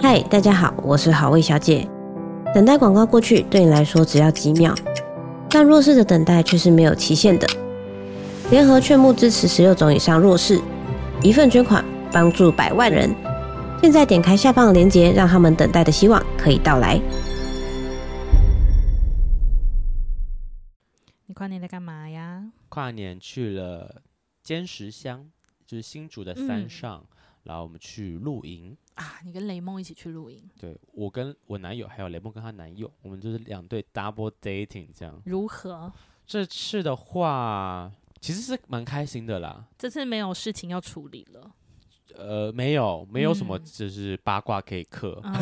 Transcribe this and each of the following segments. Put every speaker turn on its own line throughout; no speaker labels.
嗨，大家好，我是好味小姐。等待广告过去对你来说只要几秒，但弱势的等待却是没有期限的。联合劝募支持十六种以上弱势，一份捐款帮助百万人。现在点开下方的链接，让他们等待的希望可以到来。
你跨年在干嘛呀？
跨年去了尖石乡，就是新竹的
嗯
山上，然后我们去露营。
啊，你跟雷梦一起去露营，
对我跟我男友还有雷梦跟她男友，我们就是两对 double dating 这样。
如何？
这次的话其实是蛮开心的啦，
这次没有事情要处理了，
呃，没有没有什么
嗯
就是八卦可以嗑，
嗯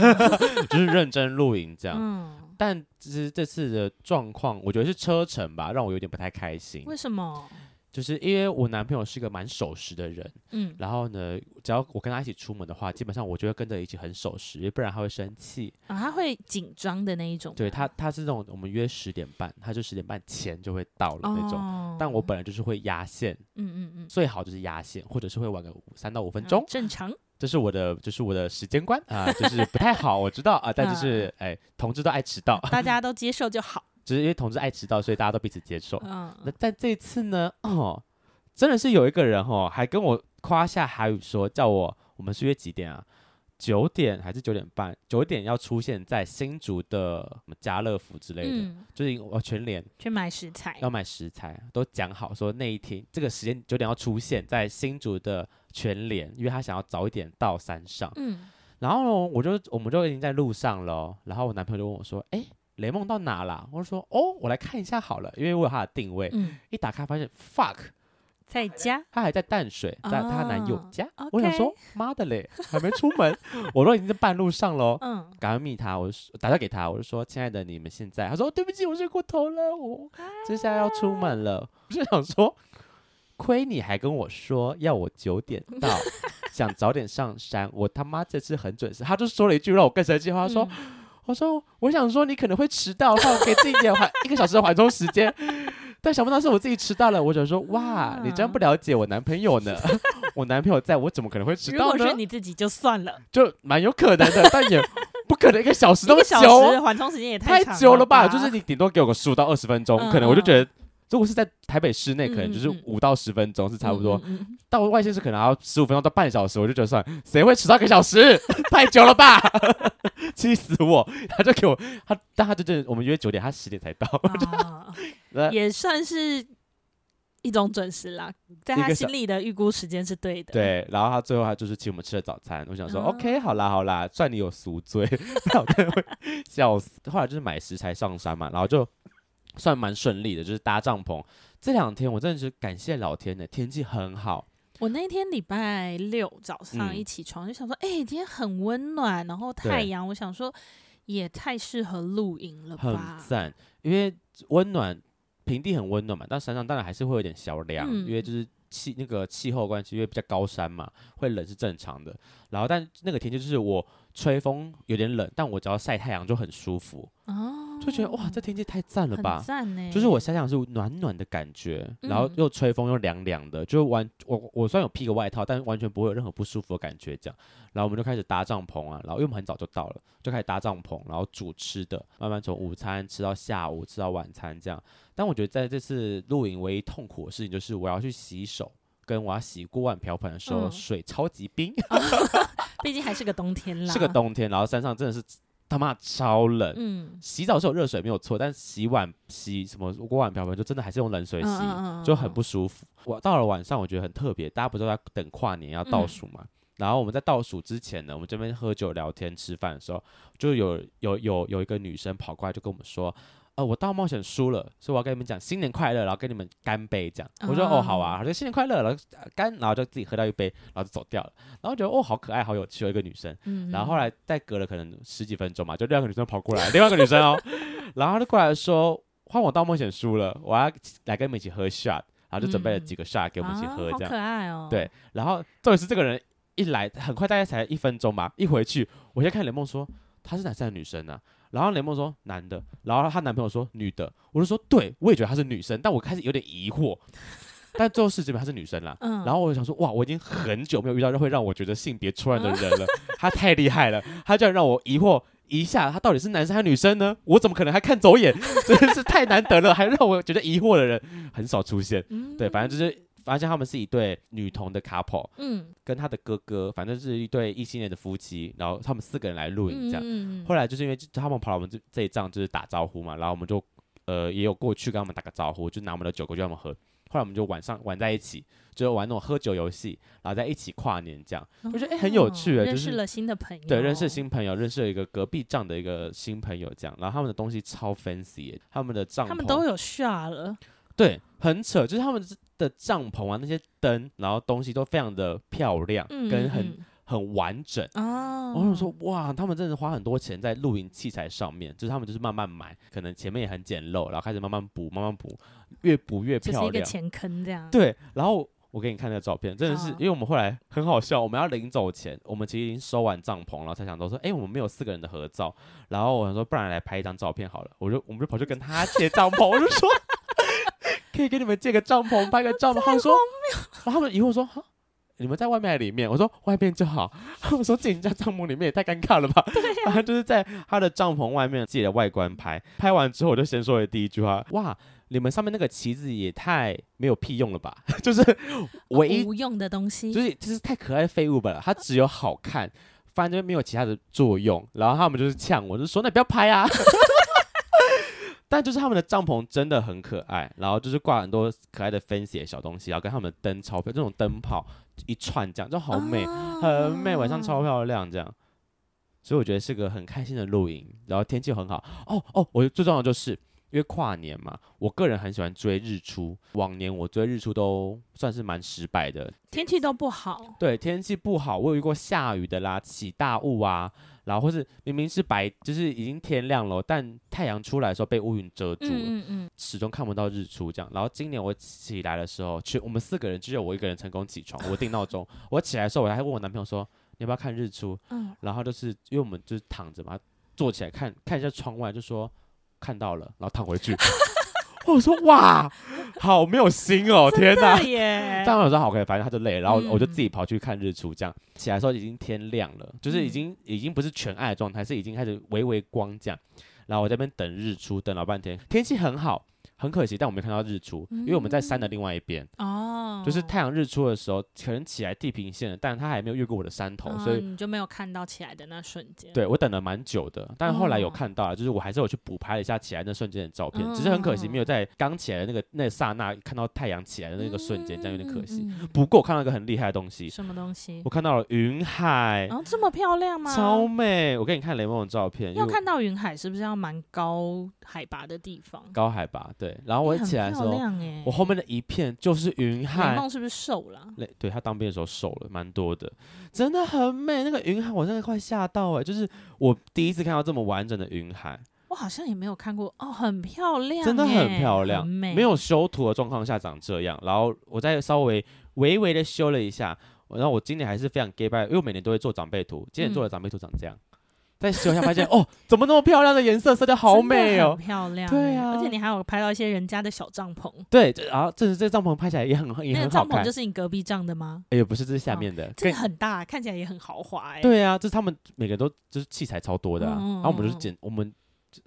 就是认真露营哦这样。
嗯，
但其实这次的状况，我觉得是车程吧，让我有点不太开心。
为什么？
就是因为我男朋友是个蛮守时的人，
嗯，
然后呢，只要我跟他一起出门的话，基本上我就会跟着一起很守时，不然他会生气。
啊，他会紧张的那一种吗，
对他，他是那种我们约十点半，他就十点半前就会到了那种。
哦
但我本来就是会压线，
嗯嗯嗯，
最好就是压线，或者是会晚个三到五分
啊
钟，
正 常，
这是我的，就是我的时间观啊、就是不太好，我知道啊、但就是哎，同志都爱迟到，
大家都接受就好。
只是因为同志爱迟到，所以大家都彼此接受。哦那
嗯，
但这次呢，哦，真的是有一个人哦，还跟我夸下海语说，叫我我们是约几点啊？九点还是九点半？九点要出现在新竹的什么家乐福之类的，哦
嗯，
就是我全联
去买食材
要，买食材，啊都讲好说那一天这个时间九点要出现在新竹的全联，因为他想要早一点到山上。
嗯，
然后呢，我就我们就已经在路上了哦，然后我男朋友就问我说：“哎，雷梦到哪啦？”我就说：“哦，我来看一下好了，因为我有他的定位。”
嗯，
一打开发现 fuck，
在家，
她还在淡水，在她男友
啊
家。
OK
我想说，妈的嘞，还没出门，我都已经在半路上喽。
嗯，
赶快密她，我就说打电话给她，我就说：“亲爱的，你们现在？”她说：“哦对不起，我睡过头了，我接下来要出门了。”我就想说，亏你还跟我说要我九点到，想早点上山，我他妈这次很准时。她就说了一句让我更生气的话，她说：“
嗯
我说我想说你可能会迟到，让我给自己一点缓一个小时的缓冲时间。 但想不到是我自己迟到了，我想说哇，
嗯
你真不了解我男朋友呢。我男朋友在我怎么可能会迟
如
到
果
呢
是？你自己就算了，
就蛮有可能的，但也不可能一个小时
一
那
个
么久
小时
啊，
缓冲时间也
太
长
久
了
了吧？就是你顶多给我个十五到二十分钟，
嗯
可能我就
嗯
觉得。如果是在台北市内，可能就是
嗯嗯嗯
五到十分钟是差不多。，
嗯嗯 嗯嗯
到外县市可能要十五分钟到半小时，我就觉得算谁会迟到一个小时， 太久了吧， 气死我！他就给我他，但他就真的我们约九点，他十点才到，
啊
呃
也算是一种准时啦，在
一
他
个小
心里的预估时间是对的。，
对，然后他最后他就是请我们吃了早餐，我想说、
哦
OK，好啦好啦，算你有赎罪， 那我真的会笑死。后来就是买食材上山嘛，然后就算蛮顺利的，就是搭帐篷。这两天我真的是感谢老天的，天气很好，
我那天礼拜六早上
嗯
一起床就想说，哎、今天很温暖，然后太
对
阳，我想说也太适合露营了
很
吧？
赞，因为温暖，平地很温暖嘛，但山上当然还是会有点小凉，
嗯
因为就是气那个气候关系，因为比较高山嘛，会冷是正常的。然后但那个天气就是我吹风有点冷，但我只要晒太阳就很舒服，
哦，
就觉得哇，这天气太赞了
很
吧！
赞呢、
就是我想想是暖暖的感觉，然后
嗯
又吹风又凉凉的，就完我我虽然有披个外套，但完全不会有任何不舒服的感觉。这样，然后我们就开始搭帐篷啊，然后因为我们很早就到了，就开始搭帐篷，然后煮吃的，慢慢从午餐吃到下午，吃到晚餐这样。但我觉得在这次露营唯一痛苦的事情就是我要去洗手，跟我要洗锅碗瓢盆的时候，
嗯
水超级冰，
毕竟还是个冬天啦，
是个，冬天，然后山上真的是他妈超冷。
嗯，
洗澡是有热水没有错，但洗碗、洗什么锅碗瓢盆就真的还是用冷水洗，
嗯嗯嗯嗯
就很不舒服。我到了晚上，我觉得很特别，大家不是都在等跨年要倒数嘛？
嗯
然后我们在倒数之前呢，我们这边喝酒、聊天、吃饭的时候，就有有有有一个女生跑过来就跟我们说。呃，我大冒险输了，所以我要跟你们讲新年快乐，然后跟你们干杯，这样。
嗯
我说哦，好啊，她说新年快乐，然后呃干，然后就自己喝掉一杯，然后就走掉了。然后觉得哦，好可爱，好有趣，有一个女生。
嗯，
然后后来再隔了可能十几分钟嘛，就另外一个女生跑过来，另外一个女生哦， 然后她就过来说换我到冒险输了，我要来跟你们一起喝 shot，然后就准备了
嗯
几个 shot 给我们一起
啊
喝
好
这样。
可爱哦，
对，然后重点是这个人一来，很快大概才一分钟吧，一回去我先看雷梦说她是男生还是女生呢、啊然后雷梦说男的，然后她男朋友说女的，我就说对，我也觉得她是女生，但我开始有点疑惑。但最后事这边她是女生啦。
嗯，
然后我就想说，哇，我已经很久没有遇到会让我觉得性别出乱的人 了，她太厉害了，她居然让我疑惑一下，她到底是男生还是女生呢？我怎么可能还看走眼？ 真是太难得了，还让我觉得疑惑的人很少出现。
嗯
对，反正就是发现他们是一对女同的 couple，
嗯，
跟他的哥哥，反正是一对异性恋的夫妻，然后他们四个人来露营这样。
嗯嗯嗯
后来就是因为他们跑来我们这这一仗就是打招呼嘛，然后我们就呃也有过去跟他们打个招呼，就拿我们的酒过去让他们喝。后来我们就晚上玩在一起，就玩那种喝酒游戏，然后在一起跨年这样。我觉得哎很有趣
哦
哎就
认
是
识了新的朋友，
对，认识新朋友，认识了一个隔壁帐的一个新朋友这样。然后他们的东西超 fancy，耶他们的帐篷，
他们都有下了，
对，很扯，就是他们的帐篷啊那些灯，然后东西都非常的漂亮，
嗯，
跟很
嗯
很完整。
嗯啊，
哦我想说，哇，他们真的花很多钱在露营器材上面，就是他们就是慢慢买，可能前面也很简陋，然后开始慢慢补，慢慢补，越补越
就是
漂
一个
亮。
钱坑这样，，
对，然后我给你看那个照片，真的是，
好
因为我们后来很好笑，我们要临走前，我们其实已经收完帐篷，然后才想到说，哎、我们没有四个人的合照，然后我想说，不然来拍一张照片好了，我就我们就跑去跟他借帐篷，我就说， 可以给你们借个帐篷，拍个照吗？他们说，然后他们疑惑说，哈。你们在外面还是里面？我说外面就好。他们说进人家帐篷里面也太尴尬了吧？然后就是在他的帐篷外面借的外观拍，拍完之后我就先说了第一句话：啊哇，你们上面那个旗子也太没有屁用了吧？ 就是唯一
哦无用的东西，
就是就是太可爱的废物吧了，它只有好看，反正没有其他的作用。然后他们就是呛我，就说那不要拍啊。 但就是他们的帐篷真的很可爱，然后就是挂很多可爱的分写小东西，然后跟他们的灯超漂亮，这种灯泡一串这样就好美，
啊
很美，晚上超漂亮这样。所以我觉得是个很开心的露营，然后天气很好。哦哦，我最重要的就是因为跨年嘛，我个人很喜欢追日出。往年我追日出都算是蛮失败的，
天气都不好，
对，天气不好，我有遇过下雨的啦，起大雾啊，然后或是明明是白，就是已经天亮了，但太阳出来的时候被乌云遮住了，
嗯嗯嗯，
始终看不到日出这样。然后今年我起来的时候，去我们四个人只有我一个人成功起床，我定闹钟，我起来的时候我还问我男朋友说你要不要看日出，
嗯，
然后就是因为我们就是躺着嘛，坐起来看看一下窗外，就说看到了，然后躺回去。我说哇，好没有心哦，天哪！
对耶，
但我有时候好可以，反正他就累了，然后我就
嗯
自己跑去看日出，这样起来的时候已经天亮了，就是已
嗯
经、已经不是全暗的状态，是已经开始微微光这样。然后我在那边等日出，等老半天，天气很好，很可惜，但我没看到日出，因为我们在山的另外一边，
嗯哦，
就是太阳日出的时候，可能起来地平线了，但它还没有越过我的山头，所
啊
以
你就没有看到起来的那瞬间，
对我等了蛮久的。但后来有
哦
看到了，就是我还是有去补拍了一下起来那瞬间的照片，只是很可
哦
惜没有在刚起来的那个那刹那看到太阳起来的那个瞬间，这样有点可惜。
嗯。嗯嗯
不过我看到一个很厉害的东西，
什么东西
我？看到了云海
然，后这么漂亮哦吗？
超美。我给你看雷蒙的照片，因
要
为
看到云海是不是要蛮高海拔的地方？
高海拔，对。然后我
欸
一起来的时
很漂
候，
亮哎，
我后面的一片就是云
雷
海。
梦是不是瘦了？
雷对他当兵的时候瘦了蛮多的，真的很美。那个云海我真的快吓到哎、就是我第一次看到这么完整的云海，
我好像也没有看过哦，很漂亮欸，
真的很漂亮。
很美，
没有修图的状况下长这样，然后我再稍微微微的修了一下，然后我今年还是非常 gay bye，因为我每年都会做长辈图，今年做的
嗯
长辈图长这样。再修一下，发现哦，怎么那么漂亮的颜色，色调好
真的
美哦
很！漂亮欸，
对啊
而且你还有拍到一些人家的小帐篷，
对，这然后这这帐篷拍起来也很也
那个
很好
帐
看
篷就，是你隔壁帐的吗？
哎呦，不是，这是下面的，
这
更
个很大，看起来也很豪华哎。
对啊，这是他们每个都就是器材超多的啊，
嗯嗯
然后我们
嗯
就是简我们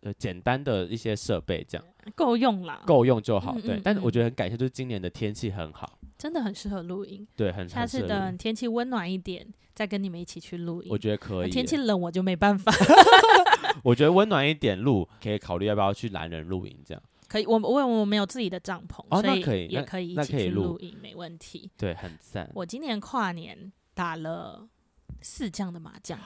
呃简单的一些设备这样
够用啦，
够用就
哦
好
嗯，
对
嗯。
但是
嗯
我觉得很感谢，就是今年的天气很好，
真的很适合露营。
对，很
下
很适
次
合
等天气温暖一点，再跟你们一起去露营。
我觉得可以耶。
呃天气冷我就没 办法。
我觉得温暖一点露，可以考虑要不要去蓝人露营这样。
可以，我我我们有自己的帐篷，所
哦那可以
也
那
可以一
那
起
可以
去
录
露营，没问题。
对，很赞。
我今年跨年打了四将的麻将，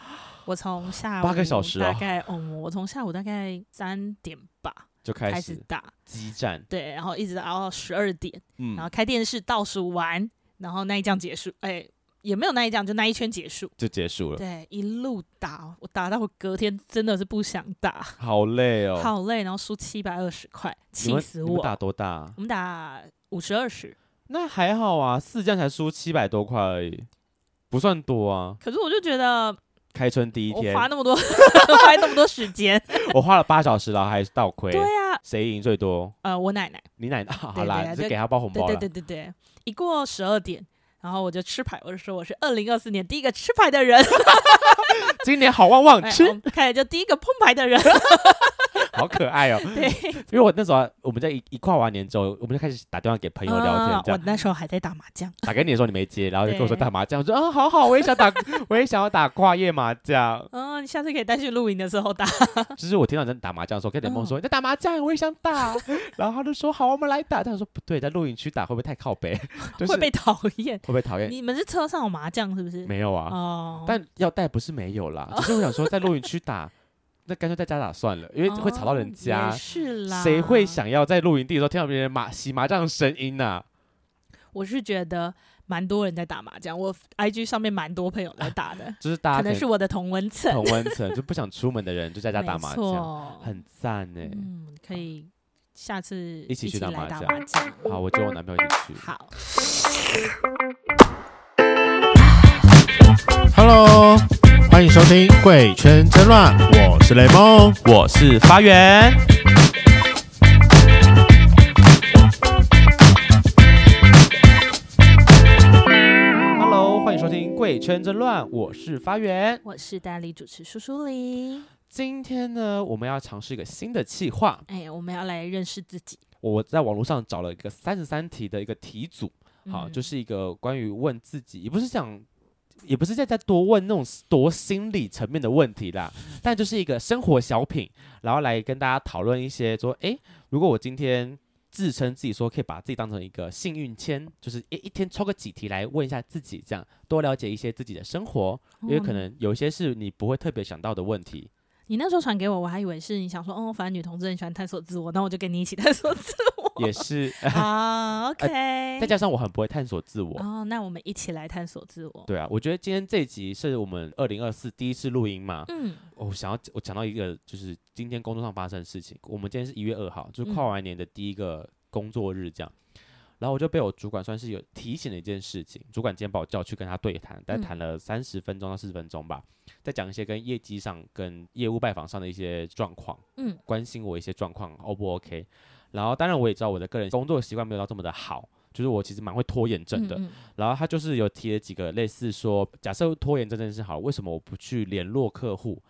我从下午
八个小时哦
大概嗯，我从下午大概三点吧
就
开
开
始
始
打，
激战，
对，然后一直打到十二点，
嗯
然，后开电视倒数完，然后那一将结束，哎，也没有那一将，就那一圈结束。
就结束了，
对，一路打，我打到我隔天真的是不想打，
好累哦。
好累，然后输七百二十块，
你
气
们
死
你们
我！
打多大啊？
我们打五十二十，
那还好啊，四将才输七百多块而已，不算多啊。
可是我就觉得
开春第一
我
天，
花那么多，花那么多时间，
我花了八小时，然后还倒亏
对。啊，
谁赢最多？
呃，我奶奶，
你 奶奶、啊好
对对
啦，
啊
就
就
给他包红
对
包
对
了。
对对对，一过十二点，然后我就吃牌，我就说我是二零二四年第一个吃牌的人，
今年好旺旺
哎，
哦吃
我，们看来就第一个碰牌的 人，
好可爱哦。
对，
因为我那时候啊我们在一一跨完年之后，我们就开始打电话给朋友聊天
啊，
这
我
样。
那时候还在打麻将，
打给你的时候你没接，然后就跟我说
对
打麻将，我说啊好好，我也想打，我也想要打跨夜麻将。
嗯，你下次可以带去露营的时候打，
就是我听到你在打麻将的时候，
嗯
跟雷梦说你在打麻将，我也想打，然后他就说好，我们来打。但我说不对，在露营区打会不会太靠北？ 就是
会被讨厌。
会不会讨厌？
你们是车上有麻将是不是？
没有啊，
哦，
但要带不是没有啦，只是我想说在露营区打，那干脆在家打算了，因为会吵到人
哦
家
也。是啦，
谁会？想要在露营地的时候听到别人麻洗麻将的声音啊呢、，
我是觉得蛮多人在打麻将，我 IG 上面蛮多朋友在打的
就是
可
大家可
能是
能
我的同文层，
很温层，就不想出门的人就在家打麻
没
将，
错
很赞欸呢、
嗯，可以下次
一
一
起去打
来
麻
打
将
麻将。
好，我叫我男朋友一起去。
好，
Hello，欢迎收听《贵圈争乱》，我是雷梦。
我是发源，
Hello，欢迎收听《贵圈争乱》，我是发源。
我是代理主持舒舒林。
今天呢，我们要尝试一个新的企划。
哎，我们要来认识自己。
我在网络上找了一个三十三题的一个题组，好，
嗯
就是一个关于问自己，也不是想，也不是在在多问那种多心理层面的问题 啦，但就是一个生活小品，然后来跟大家讨论一些说，诶，如果我今天自称自己说可以把自己当成一个幸运签，就是一一天抽个几题来问一下自己，这样多了解一些自己的生活，因为可
哦
能有一些是你不会特别想到的问题。
你那时候传给我，我还以为是你想说，哦，反正女同志很喜欢探索自我，那我就跟你一起 探索自 我。
也是，
啊，OK。
再加上我很不会探索自我，
哦，那我们一起来探索自我。
对啊，我觉得今天这一集是我们二零二四第一次录音嘛。
嗯，
哦我想要我讲到一个，就是今天工作上发生的事情。我们今天是一月二号，
嗯
就是跨完年的第一个工作日这样。然后我就被我主管算是有提醒了一件事情，主管今天把我叫去跟他对谈，但
嗯
谈了三十分钟到四十分钟吧，在讲一些跟业绩上、跟业务拜访上的一些状况，
嗯，
关心我一些状况，O 不 OK？然后当然我也知道我的个人工作习惯没有到这么的好，就是我其实蛮会拖延症的，
嗯嗯
然后他就是有提了几个类似说，假设拖延这件事好了，为什么我不去联络客户？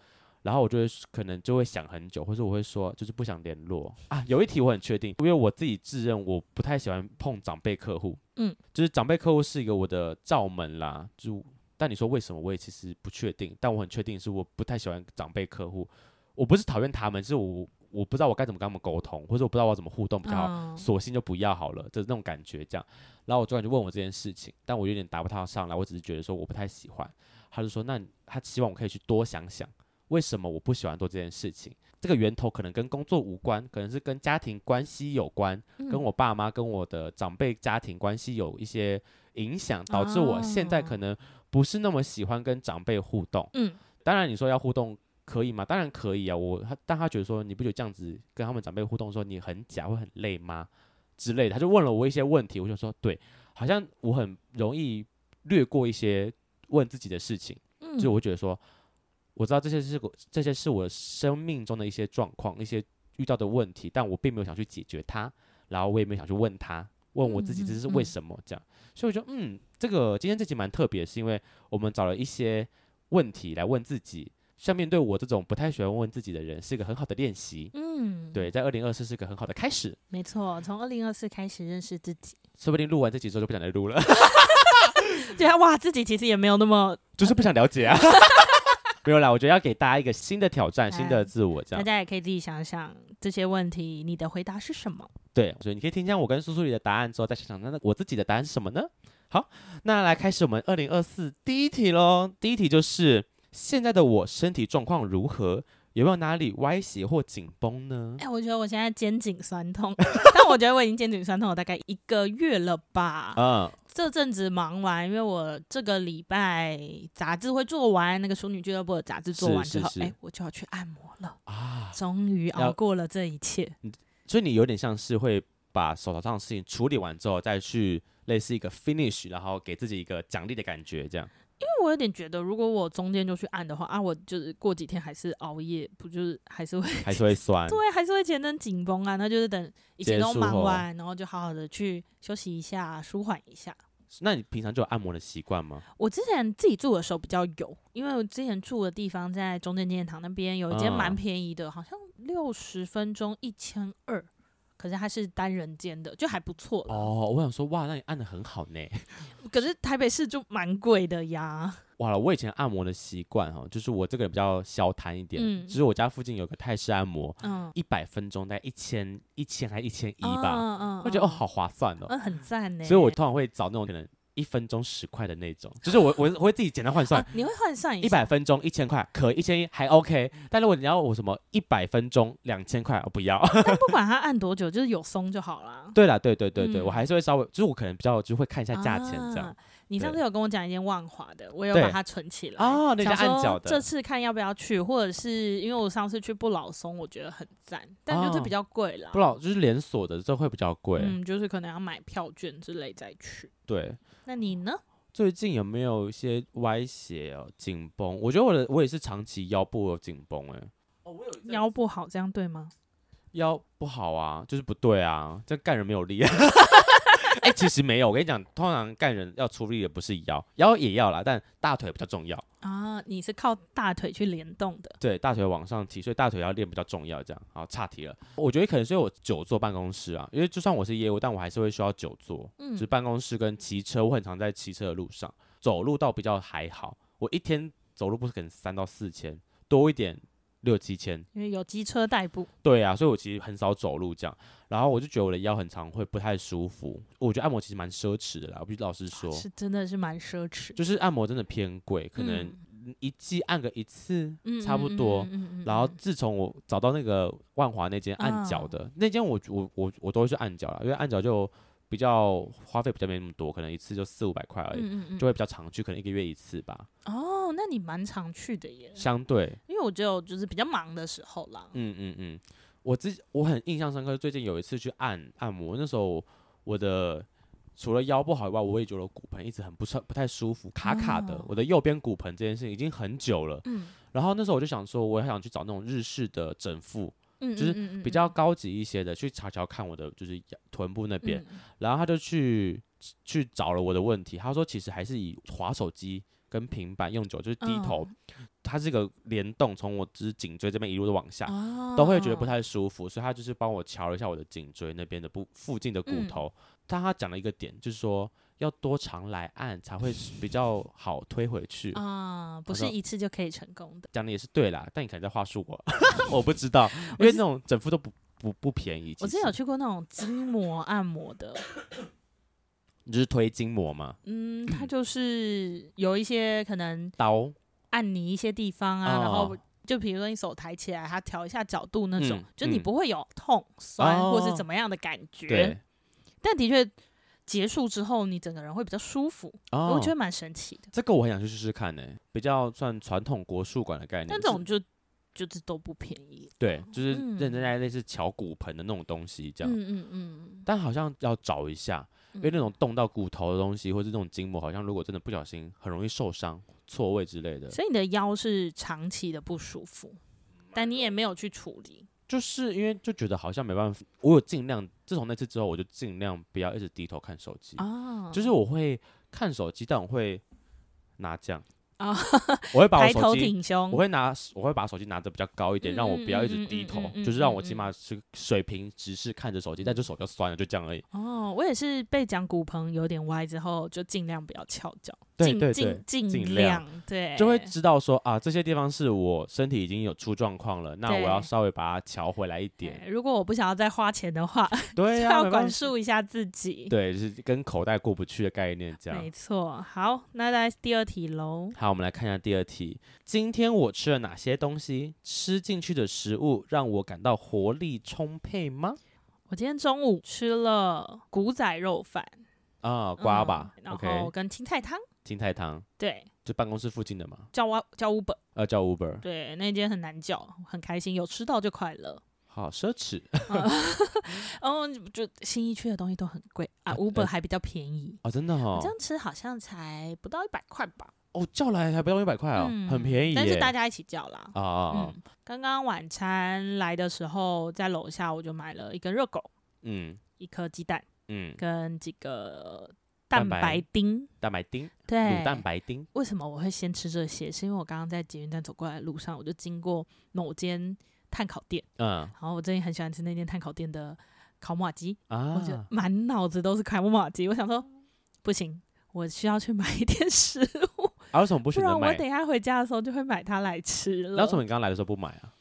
然后我就会可能就会想很久，或者我会说就是不想联络啊。有一题我很确定，因为我自己自认我不太喜欢碰长辈客户，
嗯，
就是长辈客户是一个我的罩门啦，就但你说为什么我也其实不确定，但我很确定是我不太喜欢长辈客户，我不是讨厌他们，是我我不知道我该怎么跟他们沟通，或者我不知道我怎么互动比较好，
嗯
索性就不要好了，就是那种感觉这样。然后我主管就问我这件事情，但我有点答不他上来，我只是觉得说我不太喜欢。他就说，那你他希望我可以去多想想，为什么我不喜欢做这件事情？这个源头可能跟工作无关，可能是跟家庭关系有关，
嗯
跟我爸妈、跟我的长辈家庭关系有一些影响，导致我现在可能不是那么喜欢跟长辈互动。
嗯，
当然你说要互动可以吗？当然可以啊，我他但他觉得说你不觉得这样子跟他们长辈互动的时候你很假会很累吗？之类的，他就问了我一些问题，我就说对，好像我很容易略过一些问自己的事情，
嗯
就我会觉得说，我知道这些是我这些是我生命中的一些状况，一些遇到的问题，但我并没有想去解决它，然后我也没有想去问他，问我自己
嗯嗯
这是为
嗯
什么这样，所以我觉得嗯，这个今天这集蛮特别，是因为我们找了一些问题来问自己，像面对我这种不太喜欢问自己的人，是一个很好的练习。
嗯，
对，在二零二四是个很好的开始，
没错，从二零二四开始认识自己，
说不定录完这集之后就不想再录了。
对啊，哇，自己其实也没有那么，
就是不想了解啊。 没有啦，我觉得要给大家一个新的挑战，新
哎
的自我这
大
样。
家也可以自己想想这些问题，你的回答是什么？
对，所以你可以听一下我跟苏苏里的答案之后，再想想那我自己的答案是什么呢？好，那来开始我们二零二四第一题喽。第一题就是现在的我身体状况如何？有没有哪里歪斜或紧绷呢？
哎，我觉得我现在肩颈酸痛， 但我觉得我已经肩颈酸痛了大概一个月了吧。
嗯，
这阵子忙完，因为我这个礼拜杂志会做完，那个淑女俱乐部的杂志做
是
完
是
之后，
是
哎，我就要去按摩了。
啊，
终于
要
熬过了这一切，
所以你有点像是会把手头上的事情处理完之后，再去类似一个 finish，然后给自己一个奖励的感觉，这样。
为我有点觉得，如果我中间就去按的话啊，我就是过几天还是熬夜，不就是还是会
还是会酸。
对，还是 会全身紧绷啊。那就是等一切
结
都
束哦
忙
后
完，然后就好好的去休息一下，舒缓一下。
那你平常就有按摩的习惯吗？
我之前自己住的时候比较有，因为我之前住的地方在中正纪念堂那边有一间蛮
嗯
便宜的，好像六十分钟一千二，可是它是单人间的，就还不错啦。
哦，我想说，哇，那你按的很好呢。
可是台北市就蛮贵的呀。
哇了，我以前按摩的习惯哈，就是我这个人比较消贪一点，
嗯
就是我家附近有个泰式按摩，
嗯，
一百分钟大概一千一千还一千哦一
嗯
吧，
嗯嗯
我觉得哦，好划算哦，
嗯，很赞呢。
所以我通常会找那种可能一分钟十块的那种，就是我我我会自己简单换算
啊，，你会换算一
一
下
百分钟一千块，可一千一还 OK，但如果你要我什么一百分钟两千块，我不要。
但不管它按多久，就是有松就好啦。
对啦，对对对对，
嗯
我还是会稍微，就是我可能比较就会看一下价钱这样
啊。你上次有跟我讲一件万华的，我有
对
把它存起来。
哦那家
想说
按脚的
这次看要不要去，或者是因为我上次去不老松，我觉得很赞，但就是
哦
比较贵啦。
不老就是连锁的，这会比较贵。
嗯，就是可能要买票券之类再去。
对，
那你呢？
最近有没有一些歪斜哦、紧绷？我觉得我的我也是长期腰部有紧绷哎，
腰不好，这样对吗？
腰不好啊，就是不对啊， 这干人没有力。哎、其实没有，我跟你讲，通常干人要出力的不是腰，腰也要啦，但大腿比较重要。
啊，你是靠大腿去联动的。
对，大腿往上提，所以大腿要练比较重要。这样，好，岔题了。我觉得可能是因为我久坐办公室啊，因为就算我是业务，但我还是会需要久坐。
嗯
就是办公室跟骑车，我很常在骑车的路上，走路倒比较还好。我一天走路不是可能三到四千，多一点六七千。
因为有机车代步，
对啊，所以我其实很少走路这样。然后我就觉得我的腰很常会不太舒服。我觉得按摩其实蛮奢侈的啦，我必须老实说，
是真的是蛮奢侈。
就是按摩真的偏贵，可能
嗯
一季按个一次
嗯，
差不
嗯
多。
嗯嗯嗯嗯
然后
嗯
自从我找到那个万华那间按脚的、那间我，我我我都会去按脚了，因为按脚就比较花费比较没那么多，可能一次就四五百块而已，
嗯嗯嗯
就会比较常去，可能一个月一次吧。
哦，那你蛮常去的耶，
相对，
因为我只有就是比较忙的时候啦。
嗯嗯嗯，我自己我很印象深刻，最近有一次去按按摩，那时候我的除了腰不好以外，我也觉得我骨盆一直很不舒不太舒服，卡卡的，
哦
我的右边骨盆这件事情已经很久了。
嗯
然后那时候我就想说，我很想去找那种日式的整腹，
嗯，
就是
嗯
比较高级一些的，去查瞧看我的就是腰臀部那边，，
嗯嗯嗯
然后他就去去找了我的问题，他说其实还是以滑手机跟平板用久，就是
嗯
低头，它是个联动，从我只是颈椎这边一路的往下，
嗯
都会觉得不
哦
太舒服，所以他就是帮我瞧了一下我的颈椎那边的部附近的骨
嗯
头，但他讲了一个点，就是说要多常来按才会比较好推回去。
啊，不
好
是
像
一次就可以成功的。
讲的也是对啦，但你可能在话 术我，我不知道，
我
因为
是
那种整副都不不不便宜。
我
其
之前有
实
去过那种筋膜按摩的，
你就是推筋膜嘛，
嗯， 它就是有一些可能
刀
按你一些地方啊，然后
哦
就比如说你手抬起来，它调一下角度那种
嗯，
就你
嗯
不会有痛、酸或是
哦
怎么样的感觉
对，，
但的确结束之后，你整个人会比较舒服，
哦，
我觉得蛮神奇的。
这个我很想去试试看呢、比较算传统国术馆的概念，
但
就
这种
是
就就是都不便宜，
对，就是
嗯
认真在类似敲骨盆的那种东西这样，
嗯嗯嗯
但好像要找一下，因为那种动到骨头的东西或是那种筋膜，好像如果真的不小心，很容易受伤、错位之类的
嗯，。所以你的腰是长期的不舒服，但你也没有去处理。
就是因为就觉得好像没办法，我有尽量，自从那次之后，我就尽量不要一直低头看手机，
啊，
就是我会看手机，但我会拿 这样，
啊，
我会把我
抬
手
头
机。
挺胸，
我会拿，我会把手机拿的比较高一点，
嗯
让我不要
嗯
一直
嗯
低头
嗯，嗯嗯
就是让我
嗯
起
嗯
码是水平直视看着手机，但就手就酸了，就这样而已。
哦，我也是被讲骨盆有点歪之后，就尽量不要翘脚，
对
尽
对
尽尽
尽
量对，
就会知道说啊，这些地方是我身体已经有出状况了，那我要
对
稍微把它调回来一点
哎。如果我不想要再花钱的话，
对
就
呀、啊，
要
没办
管
法
束一下自己。
对，就是跟口袋过不去的概念这
没
样。
错。好，那来第二题喽。
好，我们来看一下第二题。今天我吃了哪些东西？吃进去的食物让我感到活力充沛吗？
我今天中午吃了古仔肉饭，
啊，瓜吧、
嗯然
o
后
k
跟青菜汤，
金泰堂
对，
就办公室附近的嘛，
叫我叫 Uber，
呃，叫 Uber，
对，那间很难叫，很开心，有吃到就快乐。
好奢侈
然后就新一区的东西都很贵啊
呃
，Uber
呃
还比较便宜，
哦，真的哦
这，样吃好像才不到一百块吧。
哦，叫来还不用一百块哦，
嗯
很便宜耶。
但是大家一起叫啦。
啊啊啊，
嗯，刚刚晚餐来的时候，在楼下我就买了一个热狗、
嗯
一颗鸡蛋
嗯，
跟几个
蛋
蛋
白
白丁。
蛋白丁，
对，
卤蛋白丁，
为什么我会先吃这些？是因为我刚刚在捷运站走过来的路上，我就经过某间炭烤店，
嗯
然后我最近很喜欢吃那间炭烤店的烤马鸡，我就
啊，
满脑子都是烤马鸡。我想说，不行，我需要去买一点食物，
啊为什么不
不
选
然
择
我
买？
等一下回家的时候就会买它来吃了。
那为什么你刚来的时候不买啊？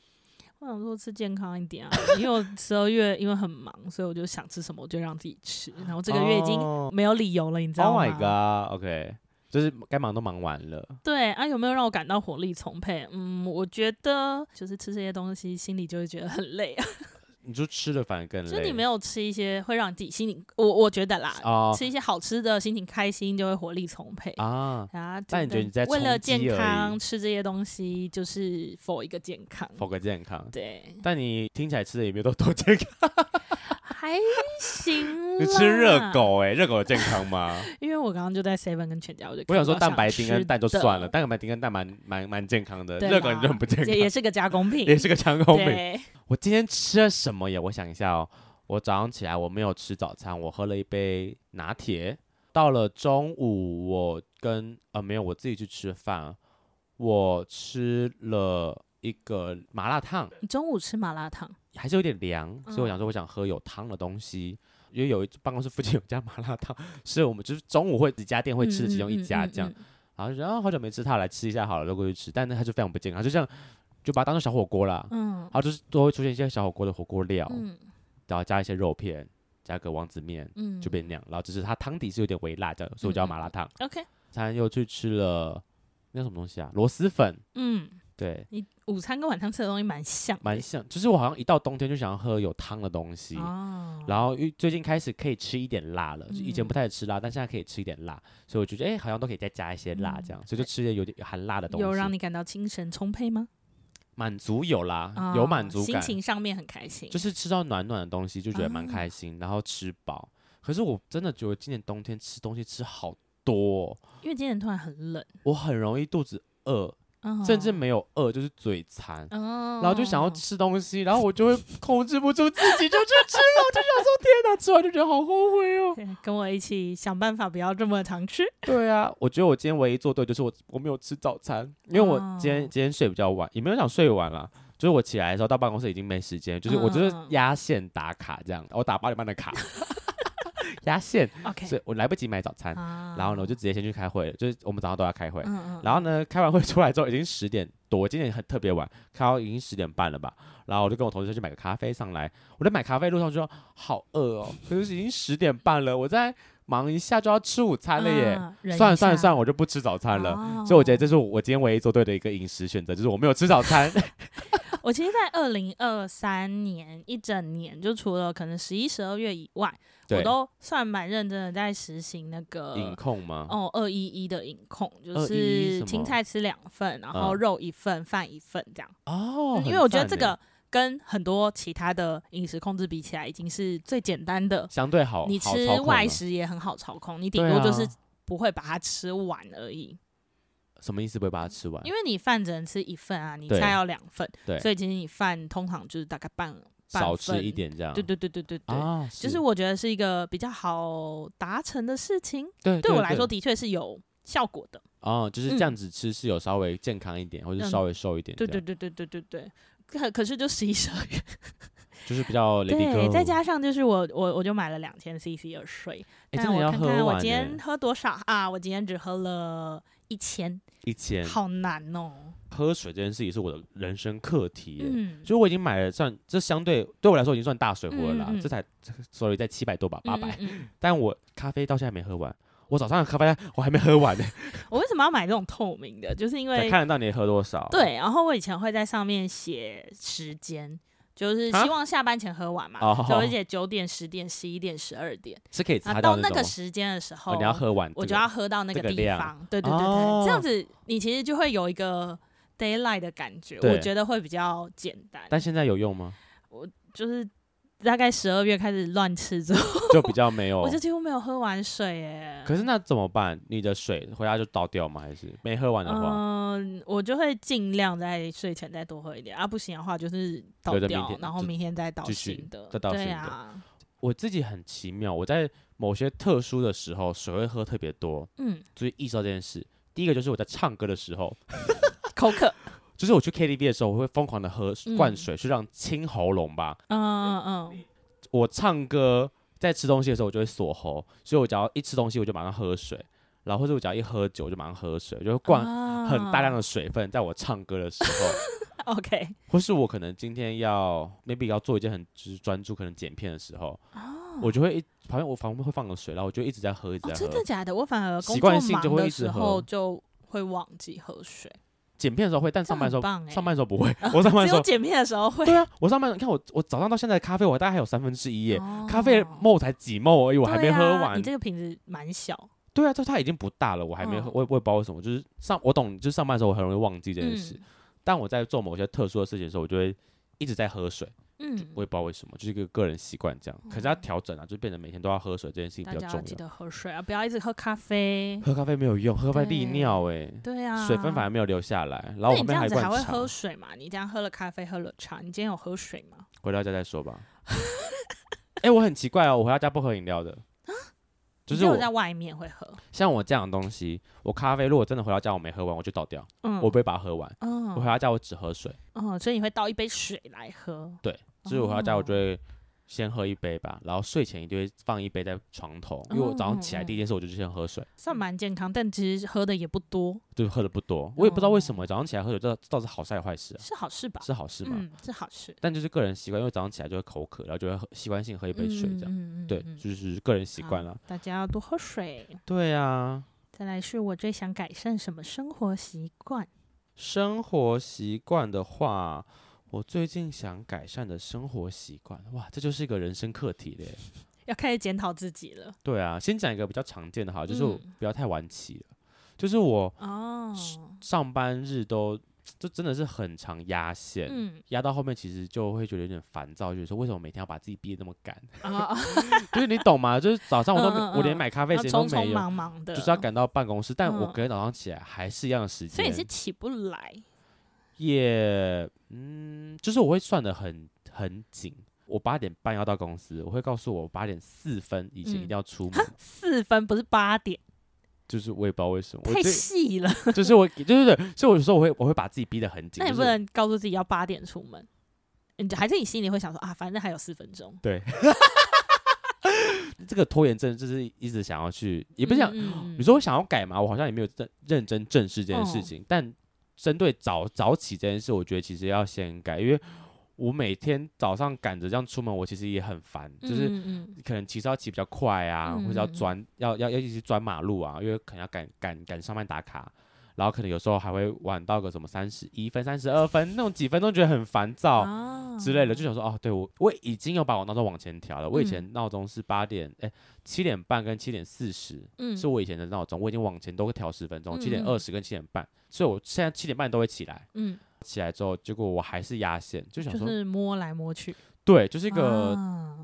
我想说吃健康一点啊，因为我十二月因为很忙，所以我就想吃什么我就让自己 吃。然后这个月已经
哦
没有理由了，你知道
Oh
吗
my god，OK，就是该忙都忙完了，
对啊，有没有让我感到活力充沛？嗯，我觉得就是吃这些东西，心里就会觉得很累啊。
你就吃了反而更累。
就是你没有吃一些会让你自己心里，我我觉得啦，
哦
吃一些好吃的，心情开心就会活力充沛。
啊，
啊，
那你觉得你在
为了
冲击
健
而已
康吃这些东西，就是否一个健康？
否个健康。
对，
但你听起来吃的也没有多健康，
还行啦。
你吃热，狗 哎、热狗有健康吗？
因为我刚刚就在 Seven 跟全家，我就
我
看
想说
到
蛋白丁
吃
跟蛋就
的
算了，，蛋白丁跟蛋蛮蛮蛮健康的，
对
热狗
啦
你就很不健康，
也也是个加工品，
也是个强口品。
对，
我今天吃了什么呀？我想一下哦，我早上起来我没有吃早餐，我喝了一杯拿铁。到了中午，我跟呃没有我自己去吃饭，啊我吃了一个麻辣烫，
你中午吃麻辣烫，
还是有点凉，所以我
嗯
想说我想喝有汤的东西。因为有一办公室附近有家麻辣烫， 是我们就是中午会几家店会吃的其中一家这样，
嗯嗯嗯嗯
然后就觉得啊好久没吃它，来吃一下好了，就过去吃，但那它就非常不健康，就像就把它当做小火锅啦，
嗯
然后就是都会出现一些小火锅的火锅料，
嗯
然后加一些肉片，加个王子面
嗯，
就变那样。然后只是它汤底是有点微辣这样，所以我叫麻辣烫。
OK，
餐又去吃了那什么东西啊，螺蛳粉，
嗯，
对，
你午餐跟晚上吃的东西蛮像的，
蛮像。就是我好像一到冬天就想要喝有汤的东西，
哦，
然后因为最近开始可以吃一点辣了，就以前
嗯
不太吃辣，但现在可以吃一点辣，所以我就觉得哎、好像都可以再加一些辣
嗯
这样，所以就吃的有点含辣的东西，
有让你感到精神充沛吗？
满足有啦，
啊
有满足
心
感，
情上面很开心，
就是吃到暖暖的东西就觉得蛮
啊
开心，然后吃饱。可是我真的觉得今年冬天吃东西吃好多、哦，
因为今天突然很冷，
我很容易肚子饿，
哦
甚至，没有饿就是嘴馋，
哦
然后就想要吃东西，然后我就会控制不住自己就去吃了，我就想说天哪，吃完就觉得好后悔哦。
对跟我一起想办法，不要这么常 吃。
对啊，我觉得我今天唯一做对就是我我没有吃早餐，因为我今天、
哦
今天睡比较晚，也没有想睡晚啦。就是我起来的时候到办公室已经没时间，就是我就是
嗯
压线打卡这样，我打八点半的卡， 压线，
OK，
所以我来不及买早餐，
啊
然后呢我就直接先去开会了，就是我们早上都要开会，
嗯嗯，
然后呢，开完会出来之后已经十点多，今天很特别晚，开到已经十点半了吧。然后我就跟我同事去买个咖啡上来，我在买咖啡路上就说好饿哦，可是已经十点半了，我再忙一下就要吃午餐了耶。
啊忍
算了
一
算了
下
算了，我就不吃早餐了。
哦
所以我觉得这是我今天唯一做对的一个饮食选择，就是我没有吃早 餐。
我其实，在二零二三年一整年，就除了可能十一、十二月以外，我
对，
都算蛮认真的在实行那个
饮控吗？
哦二一一的饮控，就
211什
是
么
青菜吃两份，然后
嗯
肉一份，饭一份这样。
哦
嗯，因为我觉得这个跟很多其他的饮食控制比起来，已经是最简单的。
相对好，
你
哦好
吃
操控
外
了
食也很好操控，你顶
对
多就
啊
是不会把它吃完而已。
什么意思？不会把它吃完？
因为你饭只能吃一份啊，你
对
菜要两份，
对
所以其实你饭通常就是大概半半
少吃
份
一，点这样。
对对对对对对，
啊，
就是我觉得是一个比较好达成的事情，
对
对我来说的确是有效果的，
哦，就是这
嗯
样子吃是有稍微健康一点，或者是
嗯
稍微瘦一点，
对对，对对对对对。可可是就十一十二月，
就是比较 lady
对，
girl。
再加上就是我我我就买了两千 CC 的水，
哎，
但
真的
我
要
看
喝
看我
完
今
欸
天喝多少啊？我今天只喝了一千，
一千，
好难哦。
喝水这件事情是我的人生课题耶。
嗯，
所以我已经买了算，这相对对我来说已经算大水壶了啦，
嗯嗯嗯
这才这个 sorry 在七百多吧，八百、
嗯嗯嗯
但我咖啡到现在还没喝完，我早上的咖啡我还没喝完呢，
我为什么要买这种透明的？就是因
才
为
看得哦到你喝多少。，
对，然后我以前会在上面写时间，就是
啊
希望下班前喝完嘛，
哦
所以 我会写九点、十点、十一点、十二点。
是可以
啊，
擦
到
掉
那
种
个
吗。
时间的时候，
哦，你要喝完这个，
我就要喝到那
这个
地
量
方。对对对对，
哦
这样子你其实就会有一个 d a y l i g h t 的感觉，
对
我觉得会比较简单。
但现在有用吗？
就是大概十二月开始乱吃之后，
就比较没有
我。就几乎没有喝完水耶。
哦可是那怎么办？你的水回家就倒掉吗？还是没喝完的话，
嗯，我就会尽量在睡前再多喝一点啊，不行的话就是倒
留着明
掉
天，
然后
就
明天再倒
继续
新的，
再倒
对
新的
啊，
我自己很奇妙，我在某些特殊的时候水会喝特别多，
嗯，
所以意识到这件事。第一个就是我在唱歌的时候，
口 渴，
就是我去 KTV 的时候，我会疯狂的喝
嗯
灌水，去让清喉咙吧。
嗯嗯嗯，
我唱歌在吃东西的时候，我就会锁喉，所以我只要一吃东西，我就马上喝水，然后或者我只要一喝酒，我就马上喝水，我就会灌
啊
很大量的水分在我唱歌的时 候，
OK
或是我可能今天要 maybe 要做一件很就是专注，可能剪片的时候，我就会一旁边我旁边会放个水，然后我就一直在喝，一
哦，
直在
真
喝。
的假的？我反而工作
习惯性就
忙
会
的
一直
时
喝
候就会忘记喝水，
剪片的时候会，但
这
上班的时
很
候
棒欸
上班的时候 不会，我上班的
只
时
有
候。
剪片的时候会。
对啊，我上班，你看我，我早上到现在的咖啡，我大概还有三分之一耶，
哦
咖啡沫才几沫而已，我还没
对
喝
啊
完。
你这个瓶子蛮小，
对啊，就它已经不大了，我还没喝，
嗯
我也我也不知道为什么，就是上我懂，就是上班的时候我很容易忘记这件
嗯
事，但我在做某些特殊的事情的时候，我就会一直在喝水，
嗯，嗯
我也不知道为什么，就是一个个人习惯这样，可是要调整啊，就变成每天都要喝水这件事情
大
比较
家要
重
记
要。
得喝水啊，不要一直喝咖啡。
喝咖啡没有用，喝咖啡利
对
尿哎、
对啊，
水分反而没有留下来，然
那
后我
你
后
这
面
样
一
子
罐
还会
茶，
喝水吗？你这样喝了咖啡，喝了茶，你今天有喝水吗？
回到家再 说吧。哎、我很奇怪哦，我回到家不喝饮料的，就
啊你
是
只有
我
在外面会喝。
像我这样的东西，我咖啡如果真的回到家我没喝完，我就倒掉，
嗯，
我不会把它喝完，我啊回
嗯
到家我只喝水。
嗯，所以你会倒一杯水来喝。
对，所以我回到家我就
哦
会先喝一杯吧，然后睡前一定会放一杯在床头，因为我早上起来
嗯嗯
第一件事我就是先喝水，
算蛮健康，但其实喝的也不多，
就是喝的不多，我也不知道为什么早上起来喝水，这倒是好事还是坏事啊？
是好事吧？
是好事吗？
嗯，是好事。
但就是个人习惯，因为早上起来就会口渴，然后就会喝习惯性喝一杯水这样。
嗯
对，就是个人习惯了。
大家要多喝水。
对啊，
再来是我最想改善什么生活习惯？
生活习惯的话，我最近想改善的生活习惯，哇，这就是一个人生课题嘞。
要开始检讨自己了。
对啊，先讲一个比较常见的哈，就是我
嗯
不要太晚起了，就是我
哦，
上班日都就真的是很常压线，
嗯
压到后面其实就会觉得有点烦躁，就是说为什么每天要把自己逼得那么赶？
啊，
就是你懂吗？就是早上我都没，
嗯嗯嗯
我连买咖啡
要
时间都
匆匆
没有，
忙忙的，
就是要。赶到办公室，但我
嗯
隔天早上起来还是一样的时间，
所以你是起不来，
也嗯，就是我会算的很很紧。我八点半要到公司，我会告诉我八点四分以前一
嗯
定要出门，
四分不是八点，
就是我也不知道为什么，我
太
这
细了。
就是我，对对对，所以我有时候我会我会把自己逼得很紧，
那你
就是
不能告诉自己要八点出门，你就还是你心里会想说啊，反正还有四分钟。
对，这个拖延症就是一直想要去，也不是想，哦
嗯
你说我想要改嘛，我好像也没有认认真正视这件事
哦
情。但针对早早起这件事，我觉得其实要先改，因为我每天早上赶着这样出门，我其实也很烦，就是
嗯嗯嗯
可能骑车要骑比较快啊，或者
嗯
要
嗯嗯
钻要要要一直钻马路啊，因为可能要赶赶赶上班打卡。然后可能有时候还会晚到个什么三十一分、三十二分那种几分钟，觉得很烦躁。
啊
之类的，就想说哦，对我我已经有把我闹钟往前调了。我以
嗯
前闹钟是八点，哎、七点半跟七点四十
嗯
是我以前的闹钟，我已经往前都会调十分钟，
嗯
七点二十跟七点半，所以我现在七点半都会起来。
嗯，
起来之后，结果我还是压线，就想
就
说，
是摸来摸去。
对，就是一个、
啊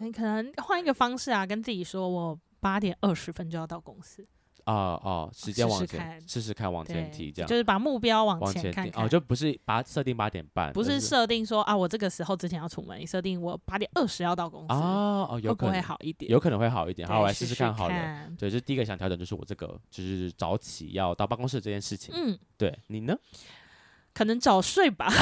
你可能换一个方式啊，跟自己说我八点二十分就要到公司，
啊哦，时间
试
往
试
前
看
试试看，往前
对，
提这样
就，是把目标往
往
前看
提
看，
哦，就不是八设定八点半，
不
而
是
是
设定说啊，我这个时候之前要出门，你设定我八点二十要到公司，
啊哦，有
会不
可
会
能
好一点？
有可能会好一点，好，
对
我来试试看好了。
看
对，就是第一个想调整就是我这个就是早起要到办公室这件事情。
嗯，
对你呢？
可能早睡吧。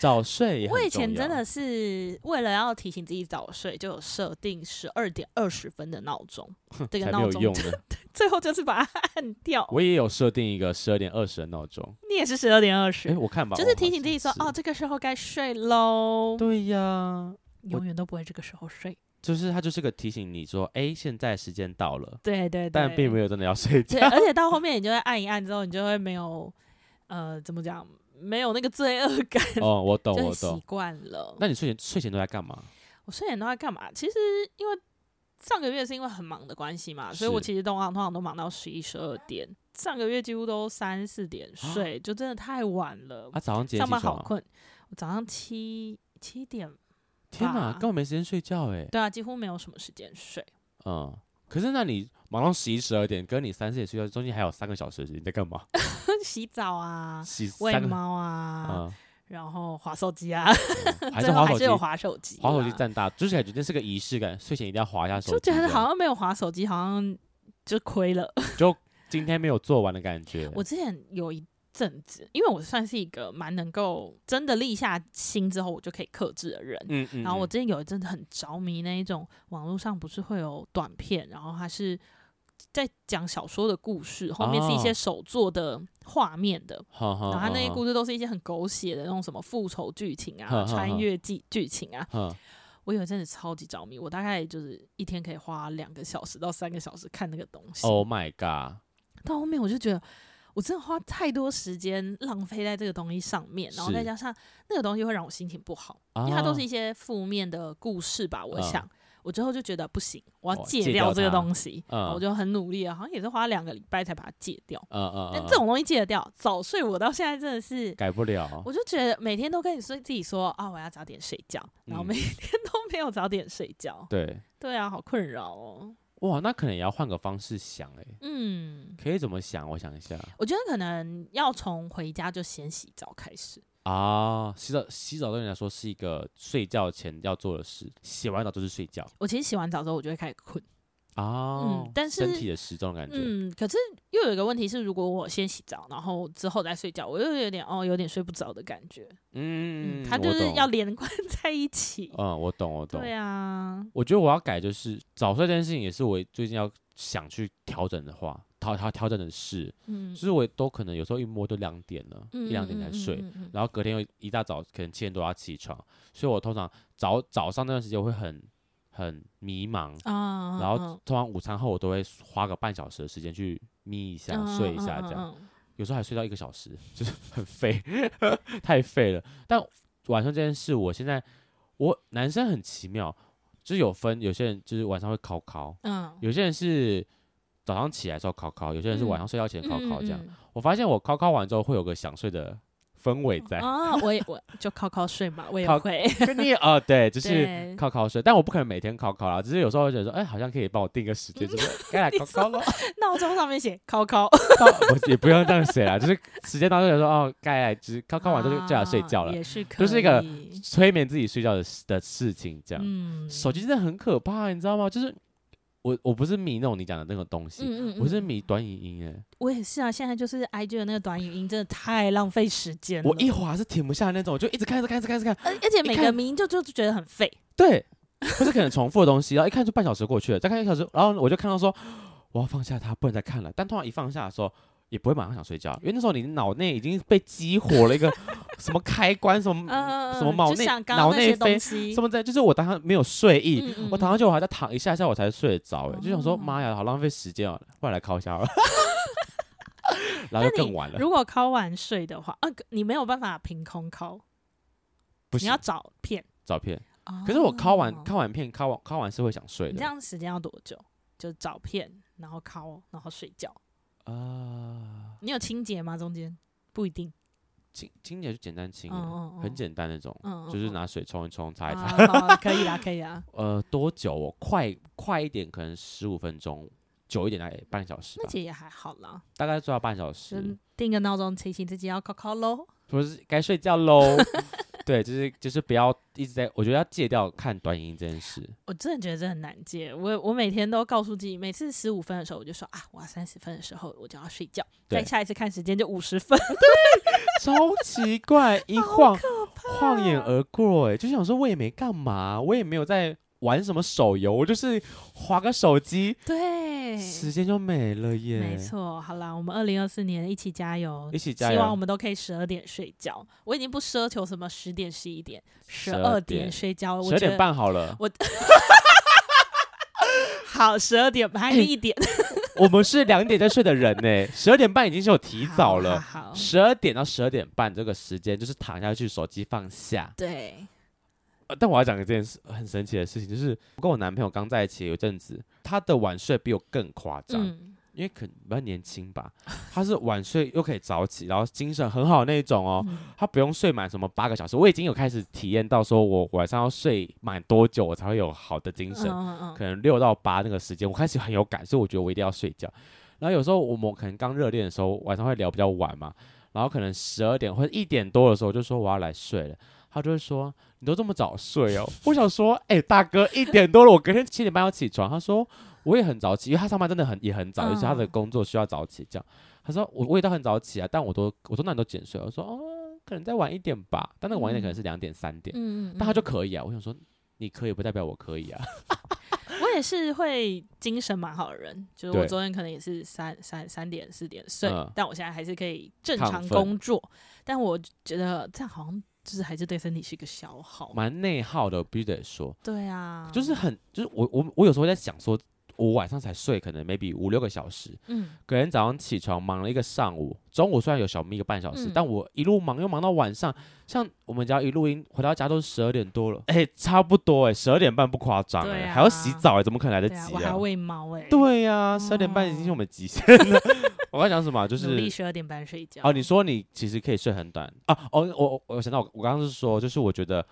早睡也很
我以
重
前真
要
的是为了要提醒自己早睡，就有设定十二点二十分的闹钟，这个
才没
闹
有用
钟
呢。
最后就是把它按掉。
我也有设定一个十二点二十的闹钟，
你也是十二点二十
哎，，我看 吧，
就
我
是
好
提醒自己说
像，
哦，
是，
这个时候该睡喽，
对呀，
永远都不会这个时候睡。
就是它就是个提醒你说，哎，现在时间到了，
对对对，
但并没有真的要睡觉
对，。而且到后面你就会按一按之后，你就会没有，呃，怎么讲，没有那个罪恶感，
哦，我懂，
就很
我
习
懂。
惯了。
那你睡前睡前都在干嘛？
我睡前都在干嘛？其实因为上个月是因为很忙的关系嘛，所以
是
我其实通常通常都忙到十一、十二点。上个月几乎都三四点睡，就真的太晚了。
啊啊，早上几点
上
起
班
床
好
啊？
困，我早上七七点
天哪，
吧
根本没时间睡觉哎、
对啊，几乎没有什么时间睡。
嗯，可是那你忙到十一十二点，跟你三四点睡觉，中间还有三个小时，你在干嘛？
洗澡啊，
洗
喂
三个
猫啊，
嗯，
然后划手机啊，
嗯还是
最后还
滑手
是
机，
有划手机啦，
滑手机占大，就是感觉这是个仪式感，睡前一定要滑一下手
啊就
机，啊
觉得好像没有划手机，好像就亏了。
就今天没有做完的感觉。
我之前有一阵子，因为我算是一个蛮能够真的立下心之后，我就可以克制的人。
嗯嗯，
然后我
嗯
之前有一阵子很着迷那一种网络上不是会有短片，然后它是在讲小说的故事，后面是一些
哦
手做的画面的。
好
然
好，
后它那些
好
故事都是一些很狗血的那种什么复仇剧情啊、
哼哼
穿
哼
越剧剧情啊。
好嗯
我有一阵子超级着迷，我大概就是一天可以花两个小时到三个小时看那个东西。
，Oh my god，
到后面我就觉得我真的花太多时间浪费在这个东西上面，然后
是啊
再加上那个东西会让我心情不好，
因
因为它都是一些负面的故事吧。我想，我最后就觉得不行，我要
啊哦
戒
戒掉
这个
它
东西，
嗯
我就很努力了，好像也是花两个礼拜才把它戒掉。
嗯嗯，
但
嗯
这种东西戒得掉，早睡我到现在真的 是。
改不了
我，就觉得每天都跟你说自己说啊，我要早点睡觉，然后
嗯
每天都没有早点睡觉。
对，
对啊，好困扰哦。
哇，那可能也要换个方式想哎，
嗯，
可以怎么想？我想一下
我觉得可能要从回家就先洗澡开始。
啊，洗澡洗澡对你来说是一个睡觉前要做的事，洗完澡就是睡觉
我其实洗完澡之后，我就会开始困。嗯
啊，
但
身
是
体的时钟的感觉，
嗯，可是又有一个问题是，如果我先洗澡，然后之后再睡觉，我又有点哦，有点睡不着的感觉。
嗯
嗯，它就
我
是
懂
要连贯 在一起。
嗯，我懂我懂，
对啊，
我觉得我要改就是早睡这件事情，也是我最近要想去调整的话，调调调整的事，
嗯
就，是我都可能有时候一摸都两点了，
嗯
一两点才睡，
嗯嗯嗯嗯嗯
然后隔天又一大早可能七点多要起床，所以我通常早早上那段时间我会很很迷茫，
啊，
然后通常午餐后我都会花个半小时的时间去眯一下、
嗯
睡一下这样，
样。
有时候还睡到一个小时， 就是很废， 太废了。但晚上这件事，我现在我男生很奇妙，就是有分，有些人就是晚上会考考，
嗯，
有些人是早上起来的时候考考，有些人是
嗯
晚上睡觉前考考这样。
嗯嗯
我发现我考考完之后会有个想睡的氛围在，
啊，我也我就靠靠睡嘛，我也
靠
会。
跟 你哦对，就是
对，
考考睡，但我不可能每天考考啦，只是有时候会觉得说，哎、好像可以帮我定个时间，就是 该来考考了。
闹钟上面写靠靠，
到 不也不用这样写啦，就是时间到就想说哦，该来，只是考考完之后就就来睡
啊
觉了。
也是可以，
就是一个催眠自己睡觉的事的事情，这样。
嗯，
手机真的很可怕，你知道吗？就是我我不是迷那种你讲的那种东西，
嗯嗯嗯，
我是迷短影音哎，
我也是啊，现在就是 IG 的那个短影音真的太浪费时间了。
我一滑是停不下来那种，我就一直看，一直看，一直看，一直看。
而而且每个
看
名就就就觉得很废，
对，或是可能重复的东西，然后一看就半小时过去了，再看一小时，然后我就看到说我要放下它，不能再看了。但通常一放下的时候。也不会马上想睡觉，因为那时候你脑内已经被激活了一个 什么开关，什么、
呃，
嗯什么脑
就
内
像刚刚
脑
那
内
些东
啡，
西
什，么在，就是我当下没有睡意，
嗯嗯
我躺上去，我还在躺一下下，我才睡得着、哎，就想说
哦
妈呀，好浪费时间哦，不然来敲一 下好了，然后就更晚了，
如果敲完睡的话，呃，你没有办法凭空敲，
不
你
行
要，找片。
照片。可是我敲完
哦
敲完片，敲完敲完是会想睡
你
的
这样时间要多久？就找片，然后敲，然后睡觉。
啊。
你有清洁吗？中间不一定，
清清洁就简单清、哎
嗯嗯，
很简单那种，
嗯，嗯，
就是
嗯
拿水冲一冲，擦一擦。
啊，好可以啦，可以 啦。
呃，多久哦？快快一点，可能十五分钟；久一点，大概半小时
那
吧，
其实也还好啦，
大概做到半小
就
时。
定个闹钟提醒自己要敲敲喽。
说是该睡 觉喽。对，就是就是不要一直在，我觉得要戒掉看短影音这件事。
我真的觉得这很难戒。我我每天都告诉自己，每次十五分的时候，我就说啊，我要三十分的时候我就要睡觉。
对
再下一次看时间就五十分，
超奇怪，一晃晃眼而过、哎，就想说我也没干嘛，我也没有在玩什么手游，我就是划个手机，
对，
时间就没了耶。
没，错。好啦，我们二零二四年一起加油，
一起加
希望
油
我们都可以十二点睡觉。我已经不奢求什么十点、十一点、十二
12
点
点
睡觉，我
十二
觉
点
得
半好了，
好，十二点还有一 点，
我们是两点在睡的人呢、欸十二点半已经是有提早了。
好，好好
十二点到十二点半这个时间，就是躺下去，手机放下，
对，
呃，但我要讲一件事很神奇的事情，就是我跟我男朋友刚在一起有一阵子，他的晚睡比我更夸张。
嗯，
因为可能比较年轻吧， 他是晚睡又可以早起，然后精神很好那一种哦。
嗯
他不用睡满什么八个小时，我已经有开始体验到，说我晚上要睡满多久我才会有好的精神，
嗯嗯
可能六到八那个时间，我开始很有感，所以我觉得我一定要睡觉。然后有时候我们可能刚热恋的时候，晚上会聊比较晚嘛，然后可能十二点或者一点多的时候，我就说我要来睡了。他就会说：“你都这么早睡 哦。”我想说：“哎、大哥，一点多了，我隔天七点半要起床。”他说：“我也很早起，因为他上班真的很也很早，
嗯
就是他的工作需要早起。”这样，他说：“我我也到很早起啊，但我都我说那你都减睡。”我说：“哦，可能再晚一点吧，但那个晚一点可能是两点三点，
嗯嗯，
但他就
嗯
可以啊。”我想说：“你可以不代表我可以啊。”
嗯我也是会精神蛮好的人，就是我
对
昨天可能也是三三三点四点睡，
嗯
但我现在还是可以正
亢
常
奋
工作，但我觉得这样好像就是还是对身体是一个消耗。
蛮内耗的，我必须得说，
对啊，
就是很就是我我我有时候在想说，我晚上才睡，可能 maybe 五六个小时，
嗯
隔天早上起床忙了一个上午，中午虽然有小眯一个半小时，
嗯
但我一路忙又忙到晚上，像我们只要一录音回到家都是十二点多了，哎、差不多哎、1十二点半不夸张
嗯对
哎、
啊
还要洗澡哎、怎么可能来得
对啊，
及
我还要喂猫哎、
对呀，十二点半已经是我们极限了。 我刚讲什么啊？就
努力
是
十二点半睡觉。
哦，你说你其实可以睡很短啊？哦，我我我想到我我刚刚是说，就是我觉得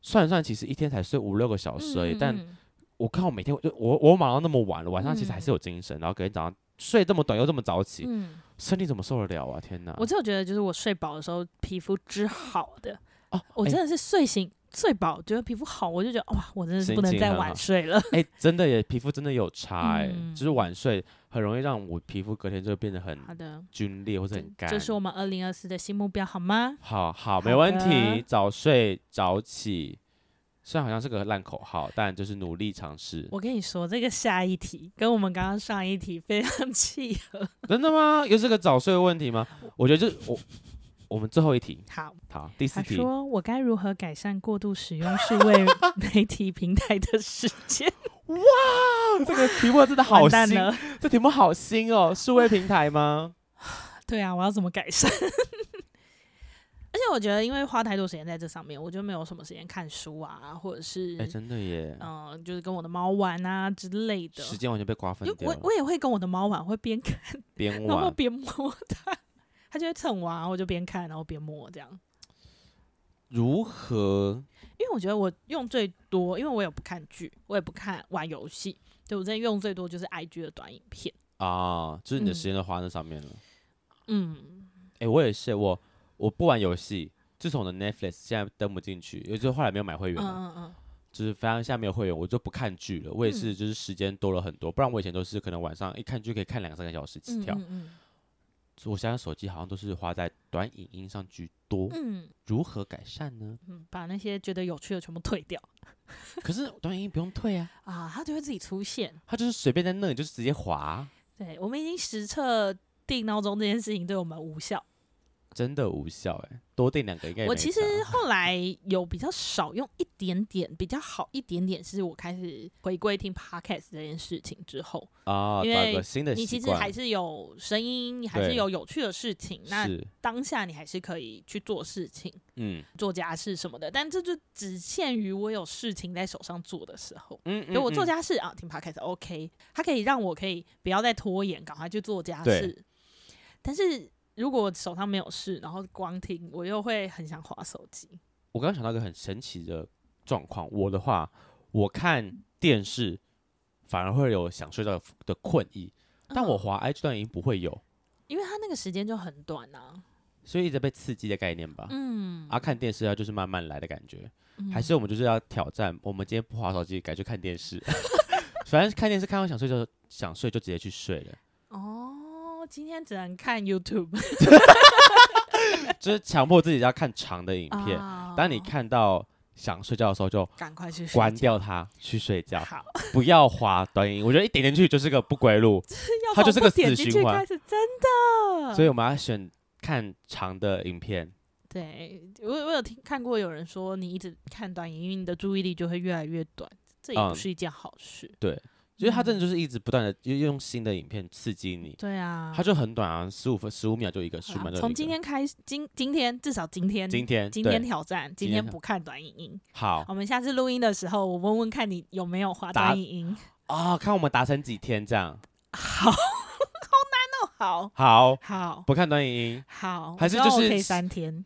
算一算，其实一天才睡五六个小时而已，
嗯
但
嗯
我看我每天我就我我忙到那么晚了，晚上其实还
嗯
是有精神，然后隔天早上睡这么短又这么早起，
嗯，
身体怎么受得了啊？天哪！
我只有觉得就是我睡饱的时候皮肤之好的，
哦，
我
哎
真的是睡醒。睡饱觉得皮肤好，我就觉得哇，我真的是
心
不能
情
再
很
晚
好
睡了。
哎、真的耶，皮肤真的有差哎、
嗯
就是晚睡很容易让我皮肤隔天就会变得很
好的，
皲裂或者
这
很干。
这是我们二零二四的新目标，好吗？
好好，没
好
问
的
题。早睡早起，虽然好像是个烂口号，但就是努力尝试。
我跟你说，这个下一题跟我们刚刚上一题非常契合。
真的吗？又是个早睡的问题吗？我觉得就是我，我们最后一题，
好，
好，第四
他
题。
说我该如何改善过度使用数 位媒体平台的时间？
哇，这个题 目真的好
完蛋
新，
了。
这题目好新哦， 数位平台吗？
对啊，我要怎么改善？ 而且我觉得，因为花太多时间在这上面，我就没有什么时间看书啊，或者是
哎、真的耶，
嗯、呃就是跟我的猫玩啊之类的。
时间完全被瓜分
就
掉
我
了。啊
我也会跟我的猫玩，会边看
边
然后
玩，
边摸它，它就会蹭我啊，然后我就边看然后边摸这样。
如何？
因为我觉得我用最多，因为我也不看剧，我也不看玩游戏，对我真的用最多就是 IG 的短影片。
啊，就是你的
嗯
时间都花在上面了。
嗯，
哎、我也是，我我不玩游戏，自从我的 Netflix 现在登不进去，也就是后来没有买会
嗯
员了，
嗯嗯，
就是非常现在没有会员，我就不看剧了。我也是，
嗯
就是时间多了很多，不然我以前都是可能晚上一看剧可以看两三个小时起
嗯
跳。
嗯
所以我现在手机好像都是花在短影音上居多，
嗯
如何改善 呢？
嗯，把那些觉得有趣的全部退掉
可是短影音不用退啊，
啊，它就会自己出现。
它就是随便在那里就是直接滑啊，
对我们已经实测定闹钟这件事情对我们无效。
真的无效哎、多订两个应该也
我
没
其实
差啊
后来有比较少用一点点，比较好一点点，是我开始回归听 podcast 这件事情之后，
啊，
因
找
为
一个新的
你
习
其实还
惯
是有声音，你还是
对
有有趣的事情。那
是
当下你还是可以去做事情、
嗯
做家事什么的，但这就只限于我有事情在手上做的时候。
嗯，
比如我做
嗯
家事、啊，听 podcast OK，它可以让我可以不要再拖延，赶快去做家
对
事。但是如果我手上没有事，然后光听，我又会很想划手机。
我刚刚想到一个很神奇的状况，我的话，我看电视反而会有想睡觉的困意，但我
嗯
滑 IG 段影不会有，
因为它那个时间就很短啊，
所以一直被刺激的概念吧。
嗯，
啊，看电视啊，就是慢慢来的感觉，
嗯
还是我们就是要挑战，我们今天不滑手机，改去看电视。 反正看电视看到想睡就想睡就直接去睡了，
哦，今天只能看 YouTube
就是强迫自己要看长的影片。
啊
当你看到想睡觉的时候，就
赶快去睡
关
觉
掉它去睡觉，
好，
不要滑短影。我觉得一点进去就是个不归路。
要
它
从
就是
不
个
点
死
进
循
去
环
开始，真的。
所以我们要选看长的影片。
对我我有听看过有人说，你一直看短影音，你的注意力就会越来越短，这也不
嗯
是一件好事。
就是它
嗯
真的就是一直不断的用新的影片刺激你，
对啊，
它就很短啊，十五分十五秒就一个，十
好
五秒
啦
就一个。
从今天开始，今今天至少今天
今天
今
对
天挑战，今
今天
天
挑
不看短影音。
好
我们下次录音的时候，我问问看你有没有滑
答
短影音。
啊、看我们达成几天这样。
好，好
好，
好
不看短影音，
好，
还是
我觉得
就是
OK 三天，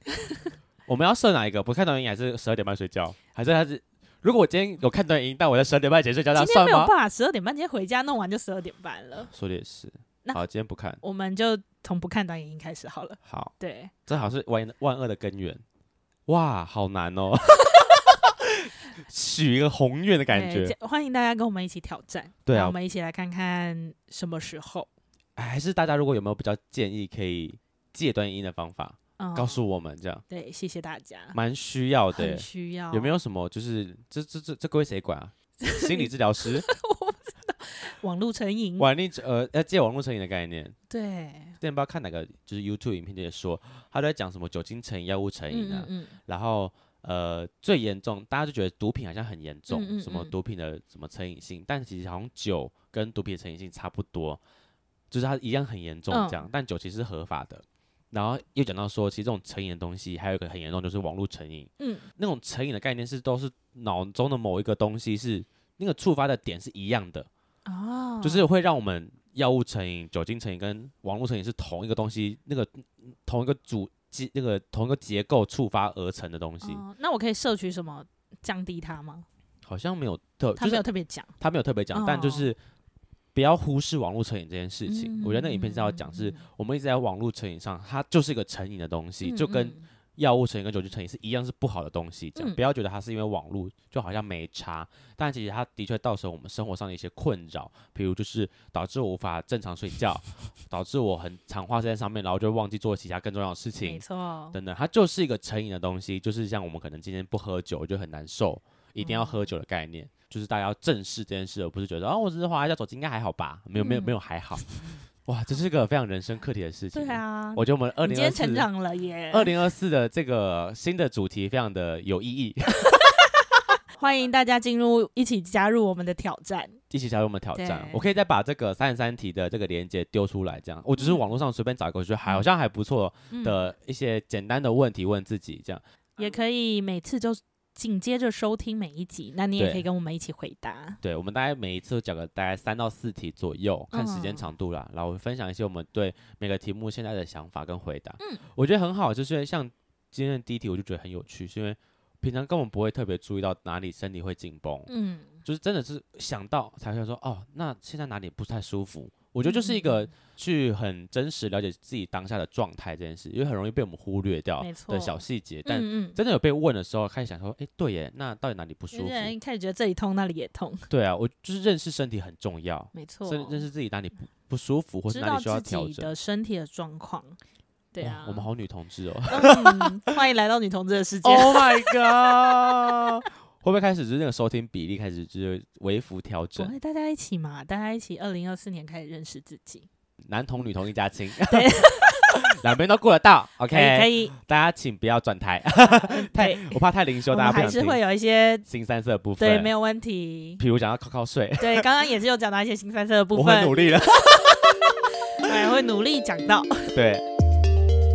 我们要设哪一个？不看短影音还是十二点半睡觉？还是还是？如果我今天有看短影音，但我在十二点半前睡觉，那
今天
算
没有
吗
办？法十二点半，今天回家弄完就十二点半了，
说的也是。
那
好，今天不看。
我们就从不看短影音开始好了。
好，
对，
这好像是万万恶的根源。哇，好难哦！ 许一个宏愿的感
对
觉，
哎这欢迎大家跟我们一起挑战。
对啊
让我们一起来看看什么时候。
哎还是大家如果有没有比较建议可以戒断音的方法，
嗯
告诉我们，这样
对，谢谢大家，
蛮需要的
很
耶。
需要。
有没有什么就是这这这这归谁管啊？心理治 疗师
网络成瘾？
玩力呃要戒网络成瘾的概念。
对，
之前不知道看哪个就是 YouTube 影片就也说，他都在讲什么酒精成瘾、药物成瘾啊，
嗯嗯
然后呃最严重，大家就觉得毒品好像很严重，
嗯嗯
什么
嗯
毒品的什么成瘾性，但其实好像酒跟毒品的成瘾性差不多，就是它一样很严重这样，
嗯
但酒其实是合法的。然后又讲到说，其实这种成瘾的东西还有一个很严重，就是网络成瘾。
嗯
那种成瘾的概念是都是脑中的某一个东西是那个触发的点是一样的，
嗯哦，
就是会让我们药物成瘾、酒精成瘾跟网络成瘾是同一个东西，那个同一个组机那个同一个结构触发而成的东西，
哦那我可以摄取什么降低它吗？
好像没有特，
他
就
没有
是
特别讲，
他没有特别讲，但就
哦
是不要忽视网络成瘾这件事
嗯
情。我觉得那个影片是要讲，是我们一直在网络成瘾上，它就是一个成瘾的东西，就跟
嗯
药物成瘾跟酒精成瘾是一样，是不好的东西。这
嗯
样、不要觉得它是因为网络就好像没差，但其实它的确造成我们生活上的一些困扰，比如就是导致我无法正常 睡觉，导致我很常花时间在上面，然后就忘记做其他更重要的事
没
情
错，
等等。它就是一个成瘾的东西，就是像我们可能今天不喝酒就很难受，一定要喝酒的概念。
嗯
就是大家要正视这件事，而不是觉得哦，我只是滑一下手机，应该还好吧？没有，没有，
嗯
没有还好。哇，这是个非常人生课题的事情。
对，啊，
我觉得我们二
你
零
今
二
天
四
成长了耶！
二零二四的这个新的主题非常的有意 义，
欢迎大家进入，一起加入我们的挑战。
一起加入我们的挑战。
对
我可以再把这个三十三题的这个连接丢出来，这样我只是网络上随便找一个，我觉得还好像还不错
嗯，
的一些简单的问题问自己，这样
也可以每次就紧接着收听每一集，那你也
对
可以跟我们一起回答。
对，我们大概每一次都讲个大概三到四题左右，看时间
嗯
长度啦，然后分享一些我们对每个题目现在的想法跟回答。嗯，我觉得很好，就是像今天的第一题，我就觉得很有趣，是因为平常根本不会特别注意到哪里身体会紧绷，
嗯，
就是真的是想到才会说哦，那现在哪里不太舒服？我觉得
嗯
就是一个去很真实了解自己当下的状态这件事，因为很容易被我们忽略掉
没错
的小细节。但
嗯嗯
真的有被问的时候，开始想说，哎、对耶，那到底哪里不舒
有
服
些？人一开始觉得这里痛，那里也 痛，
对啊，我就是认识身体很重要，
没错，
认认识自己哪里不不舒服，或
知
是哪
道
里需要
自
调
己
整。
的身体的状况。对
哇
啊，
我们好女同 志哦
嗯，欢迎来到女同志的世界。
！Oh my god！会不会开始就是那个收听比例开始就是微幅调
我
整？
会大家一起嘛，大家一起，二零二四年开始认识自己。
男同女同一 家亲， 两边都顾得到。OK，
可以，
大家请不要转 台，太
对
我怕太灵修，
我
大家
们
不
还
想
是
听。
会有一些
新三色的部分，
对，没有问题。
比如讲到靠靠睡，
对，刚刚也是有讲到一些新三色的部
我会努
分，
力了。
对，会努力讲到。
对，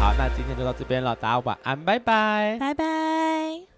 好，那今天就到这边了，大家晚安，拜拜。
拜拜。